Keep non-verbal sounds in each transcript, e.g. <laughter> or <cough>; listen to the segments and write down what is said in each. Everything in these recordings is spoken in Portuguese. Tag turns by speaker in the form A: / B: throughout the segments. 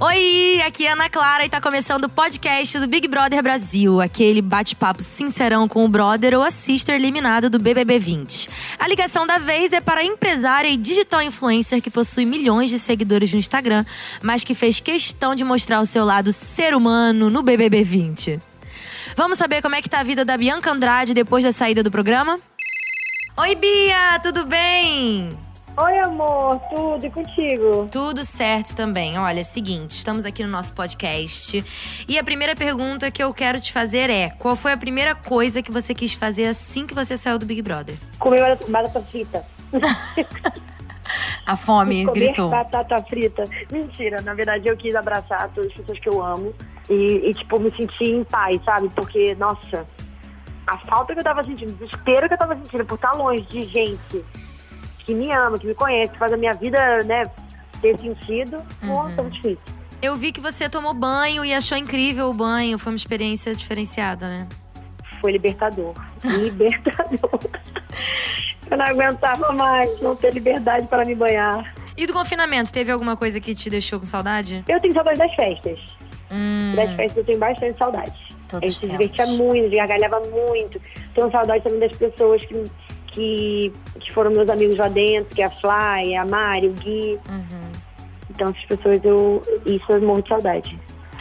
A: Oi, aqui é Ana Clara e tá começando o podcast do Big Brother Brasil, aquele bate-papo sincerão com o brother ou a sister eliminado do BBB 20. A ligação da vez é para a empresária e digital influencer que possui milhões de seguidores no Instagram, mas que fez questão de mostrar o seu lado ser humano no BBB 20. Vamos saber como é que tá a vida da Bianca Andrade depois da saída do programa? Oi, Bia, tudo bem?
B: Oi, amor, tudo e contigo?
A: Tudo certo também. Olha, é seguinte, estamos aqui no nosso podcast. E a primeira pergunta que eu quero te fazer é: qual foi a primeira coisa que você quis fazer assim que você saiu do Big Brother?
B: Comeu batata frita.
A: A fome
B: Comer
A: gritou.
B: batata frita. Mentira, na verdade eu quis abraçar todas as pessoas que eu amo e, e, tipo, me sentir em paz, sabe? Porque, nossa, a falta que eu tava sentindo, o desespero que eu tava sentindo por estar longe de gente que me ama, que me conhece, que faz a minha vida, né, ter sentido, nossa, muito difícil.
A: Eu vi que você tomou banho e achou incrível o banho. Foi uma experiência diferenciada, né?
B: Foi libertador. Libertador. eu não aguentava mais não ter liberdade para me banhar.
A: E do confinamento, teve alguma coisa que te deixou com saudade?
B: Eu tenho saudade das festas.
A: Hum,
B: Das festas eu tenho bastante saudade. a
A: todos
B: gente se
A: temos.
B: divertia muito, gargalhava muito. Tenho saudade também das pessoas que, que, que foram meus amigos lá dentro, que é a Fly, a Mari, o Gui.
A: Uhum.
B: Então essas pessoas eu. Isso eu morro de saudade.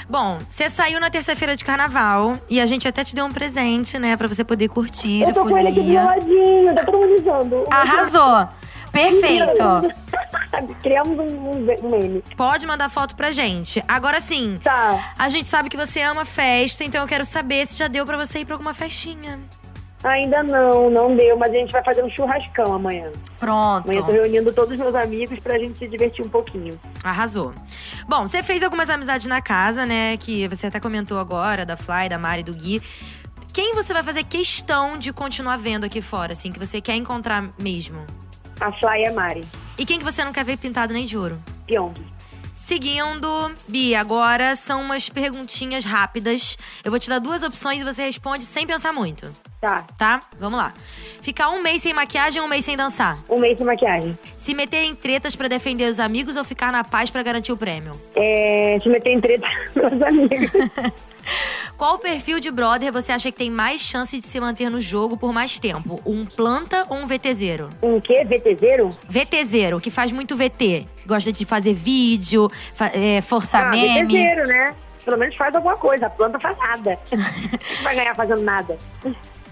A: Bom, você saiu na terça-feira de carnaval e a gente até te deu um presente, né, Pra você poder curtir
B: eu
A: a
B: tô com ele aqui do meu
A: folia.
B: ladinho, tá todo
A: <laughs>
B: mundo usando.
A: Arrasou! Perfeito!
B: <laughs> Criamos um, um meme.
A: Pode mandar foto pra gente. Agora sim,
B: Tá.
A: a gente sabe que você ama festa, então eu quero saber se já deu pra você ir pra alguma festinha.
B: Ainda não, não deu, mas a gente vai fazer um churrascão amanhã.
A: Tá Pronto.
B: Amanhã eu tô reunindo todos os meus amigos pra gente se divertir um pouquinho.
A: Arrasou. Bom, você fez algumas amizades na casa, né? Que você até comentou agora, da Fly, da Mari, do Gui. Quem você vai fazer questão de continuar vendo aqui fora, assim, que você quer encontrar mesmo?
B: A Fly e a Mari.
A: E quem que você não quer ver pintado nem de ouro?
B: Pyong.
A: Seguindo, Bia, agora são umas perguntinhas rápidas. Eu vou te dar duas opções e você responde sem pensar muito,
B: Tá.
A: tá? Vamos lá. Ficar um mês sem maquiagem ou um mês sem dançar?
B: Um mês de maquiagem.
A: Se meter em tretas pra defender os amigos ou ficar na paz pra garantir o prêmio?
B: É, se meter em treta <laughs> com meus amigos.
A: Qual perfil de brother você acha que tem mais chance de se manter no jogo por mais tempo? Um planta ou um VTZero?
B: Um quê? VTZero?
A: VTZero, que faz muito VT. Gosta de fazer vídeo, fa- é,
B: Ah,
A: forçar meme.
B: VTZero, né? Pelo menos faz alguma coisa. A planta faz nada. Não vai ganhar fazendo nada.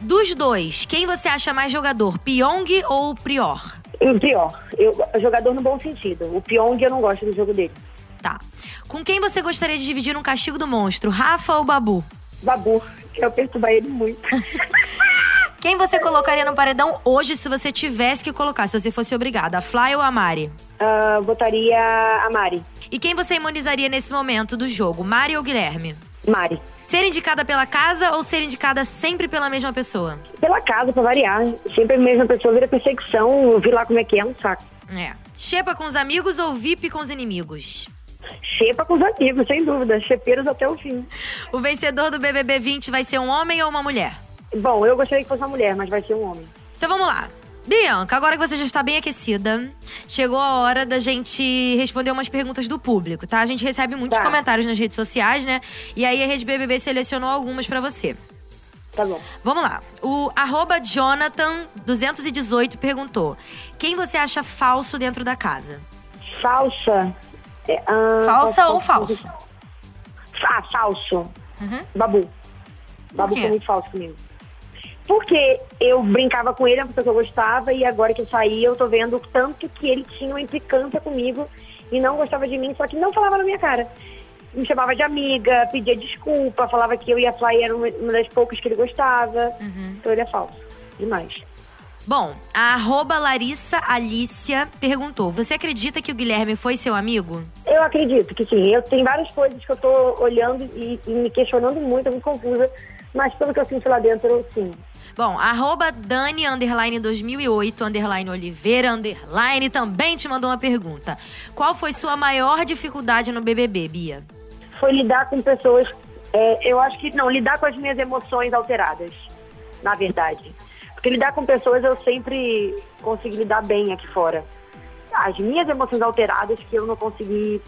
A: Dos dois, quem você acha mais jogador? Pyong ou Prior?
B: E o pior, eu, jogador no bom sentido. O Pyong eu não gosto do jogo dele.
A: Tá. Com quem você gostaria de dividir um castigo do monstro? Rafa ou Babu?
B: Babu, que eu perturbar ele muito.
A: Quem você colocaria no paredão hoje se você tivesse que colocar, se você fosse obrigada? A Fly ou a Mari?
B: Ah, botaria a Mari.
A: E quem você imunizaria nesse momento do jogo? Mari ou Guilherme?
B: Mari.
A: Ser indicada pela casa ou ser indicada sempre pela mesma pessoa?
B: Pela casa, pra variar. Sempre a mesma pessoa vira perseguição. Eu vi lá como é que é, um saco.
A: É. Xepa com os amigos ou VIP com os inimigos?
B: Xepa com os amigos, sem dúvida. Chepeiros até o fim.
A: O vencedor do BBB 20 vai ser um homem ou uma mulher?
B: Bom, eu gostaria que fosse uma mulher, mas vai ser um homem.
A: Então vamos lá. Bianca, agora que você já está bem aquecida, chegou a hora da gente responder umas perguntas do público, tá? A gente recebe muitos
B: Tá.
A: comentários nas redes sociais, né? E aí a Rede BBB selecionou algumas pra você.
B: Tá bom.
A: Vamos lá. O arroba Jonathan218 perguntou: Quem você acha falso dentro da casa?
B: Falsa. É, ah,
A: Falsa
B: posso-
A: ou falso?
B: Ah, falso.
A: Uhum.
B: Babu. Babu
A: quê?
B: foi muito falso comigo. Porque eu brincava com ele, é uma pessoa que eu gostava, e agora que eu saí, eu tô vendo o tanto que ele tinha uma implicância comigo e não gostava de mim, só que não falava na minha cara. Me chamava de amiga, pedia desculpa, falava que eu e a Fly eram uma das poucas que ele gostava.
A: Uhum.
B: Então ele é falso. Demais.
A: Bom, a arroba Larissa Alicia perguntou: Você acredita que o Guilherme foi seu amigo?
B: Eu acredito que sim. Eu tenho várias coisas que eu tô olhando e, e me questionando muito, eu me confusa. Mas pelo que eu sinto lá dentro, sim.
A: Bom, arroba Dani, underline 2008, underline Oliveira, underline, também te mandou uma pergunta. Qual foi sua maior dificuldade no BBB, Bia?
B: foi lidar com pessoas. é, eu acho que não, lidar com as minhas emoções alteradas, na verdade. Porque lidar com pessoas eu sempre consegui lidar bem aqui fora. As minhas emoções alteradas que eu não consegui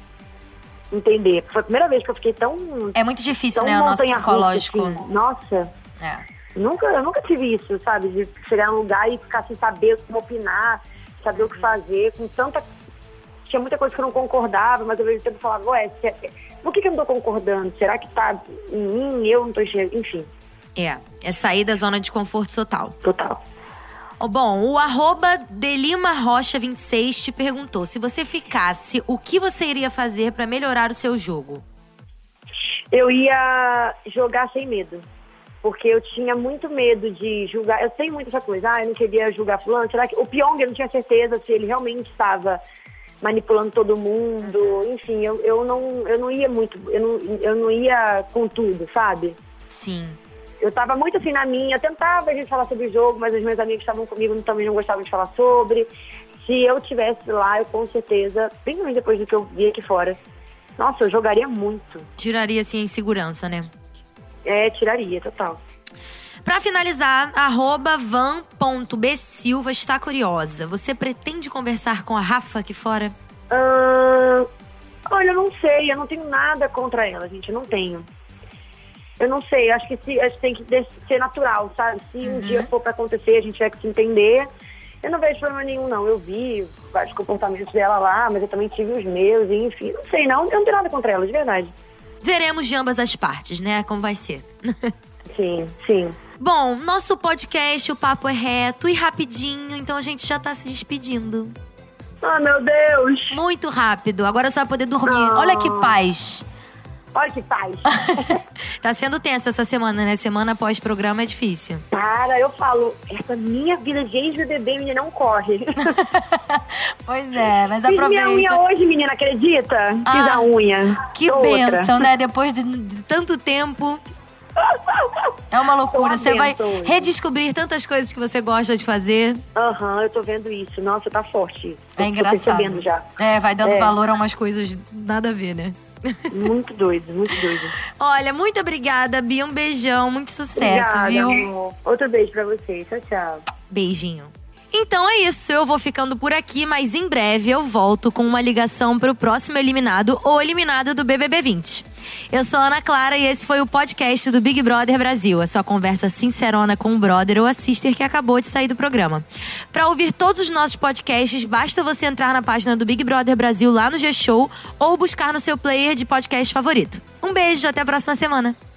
B: entender. Foi a primeira vez que eu fiquei tão.
A: É muito difícil,
B: tão
A: né? O nosso
B: montanha-russa,
A: psicológico.
B: assim. Nossa,
A: É.
B: nunca, eu nunca tive isso, sabe? De chegar num lugar e ficar sem saber como opinar, saber o que fazer, com tanta. Tinha muita coisa que eu não concordava, mas ao mesmo tempo eu falava, ué, se- é, por que, que eu não tô concordando? Será que tá em mim? Eu não tô enxergando. Enfim,
A: É. É sair da zona de conforto total.
B: total.
A: Ó, Bom, o arroba delimarocha26 te perguntou se você ficasse, o que você iria fazer pra melhorar o seu jogo?
B: Eu ia jogar sem medo. Porque eu tinha muito medo de julgar. Eu tenho muito essa coisa. Ah, eu não queria julgar fulano. Será que. O Pyong, eu não tinha certeza se ele realmente estava manipulando todo mundo. Enfim, eu, eu, não, eu não ia muito. Eu não, eu não ia com tudo, sabe?
A: Sim.
B: Eu tava muito assim na minha. Tentava a gente falar sobre o jogo, mas os meus amigos que estavam comigo também não gostavam de falar sobre. Se eu tivesse lá, eu com certeza, principalmente depois do que eu vi aqui fora, nossa, eu jogaria muito.
A: Tiraria, assim, a insegurança, né?
B: É, tiraria, total.
A: Pra finalizar, arroba van.bsilva está curiosa. Você pretende conversar com a Rafa aqui fora?
B: Ahn, olha, eu não sei, eu não tenho nada contra ela, gente, eu não tenho. Eu não sei, acho que se, acho que tem que des- ser natural, sabe? Se um dia for pra acontecer, a gente tiver que se entender. Eu não vejo problema nenhum, não. Eu vi vários comportamentos dela lá, mas eu também tive os meus, e enfim. Não sei, não. Eu não tenho nada contra ela, de verdade.
A: Veremos de ambas as partes, né? Como vai ser.
B: Sim, sim.
A: Bom, nosso podcast, o papo é reto e rapidinho, então a gente já tá se despedindo.
B: Ah, meu Deus!
A: Muito rápido, agora você vai poder dormir.
B: Ah.
A: Olha que paz.
B: Olha que paz!
A: Tá sendo tenso essa semana, né? Semana após programa é difícil.
B: Cara, eu falo, essa minha vida de ex-BBB, menina, não <laughs> corre.
A: Pois é, mas
B: Fiz minha unha hoje, menina, acredita? Fiz
A: Ah,
B: a unha.
A: Que
B: Tô outra.
A: bênção, né? Depois de, de tanto tempo. É uma loucura.
B: Tô
A: Você vai
B: adentro hoje.
A: redescobrir tantas coisas que você gosta de fazer.
B: Aham, eu tô vendo isso. Nossa, tá forte.
A: É
B: Eu
A: engraçado.
B: Tô percebendo já.
A: É, vai dando
B: É.
A: valor a umas coisas nada a ver, né?
B: Muito doido, muito doido.
A: Olha, muito obrigada, Bia. Um beijão, muito sucesso,
B: Obrigada,
A: viu?
B: amor. Outro beijo pra vocês. Tchau, tchau.
A: Beijinho. Então é isso, eu vou ficando por aqui, mas em breve eu volto com uma ligação pro próximo eliminado ou eliminada do BBB 20. Eu sou a Ana Clara e esse foi o podcast do Big Brother Brasil, a sua conversa sincerona com o brother ou a sister que acabou de sair do programa. Para ouvir todos os nossos podcasts, basta você entrar na página do Big Brother Brasil lá no G-Show ou buscar no seu player de podcast favorito. Um beijo, até a próxima semana.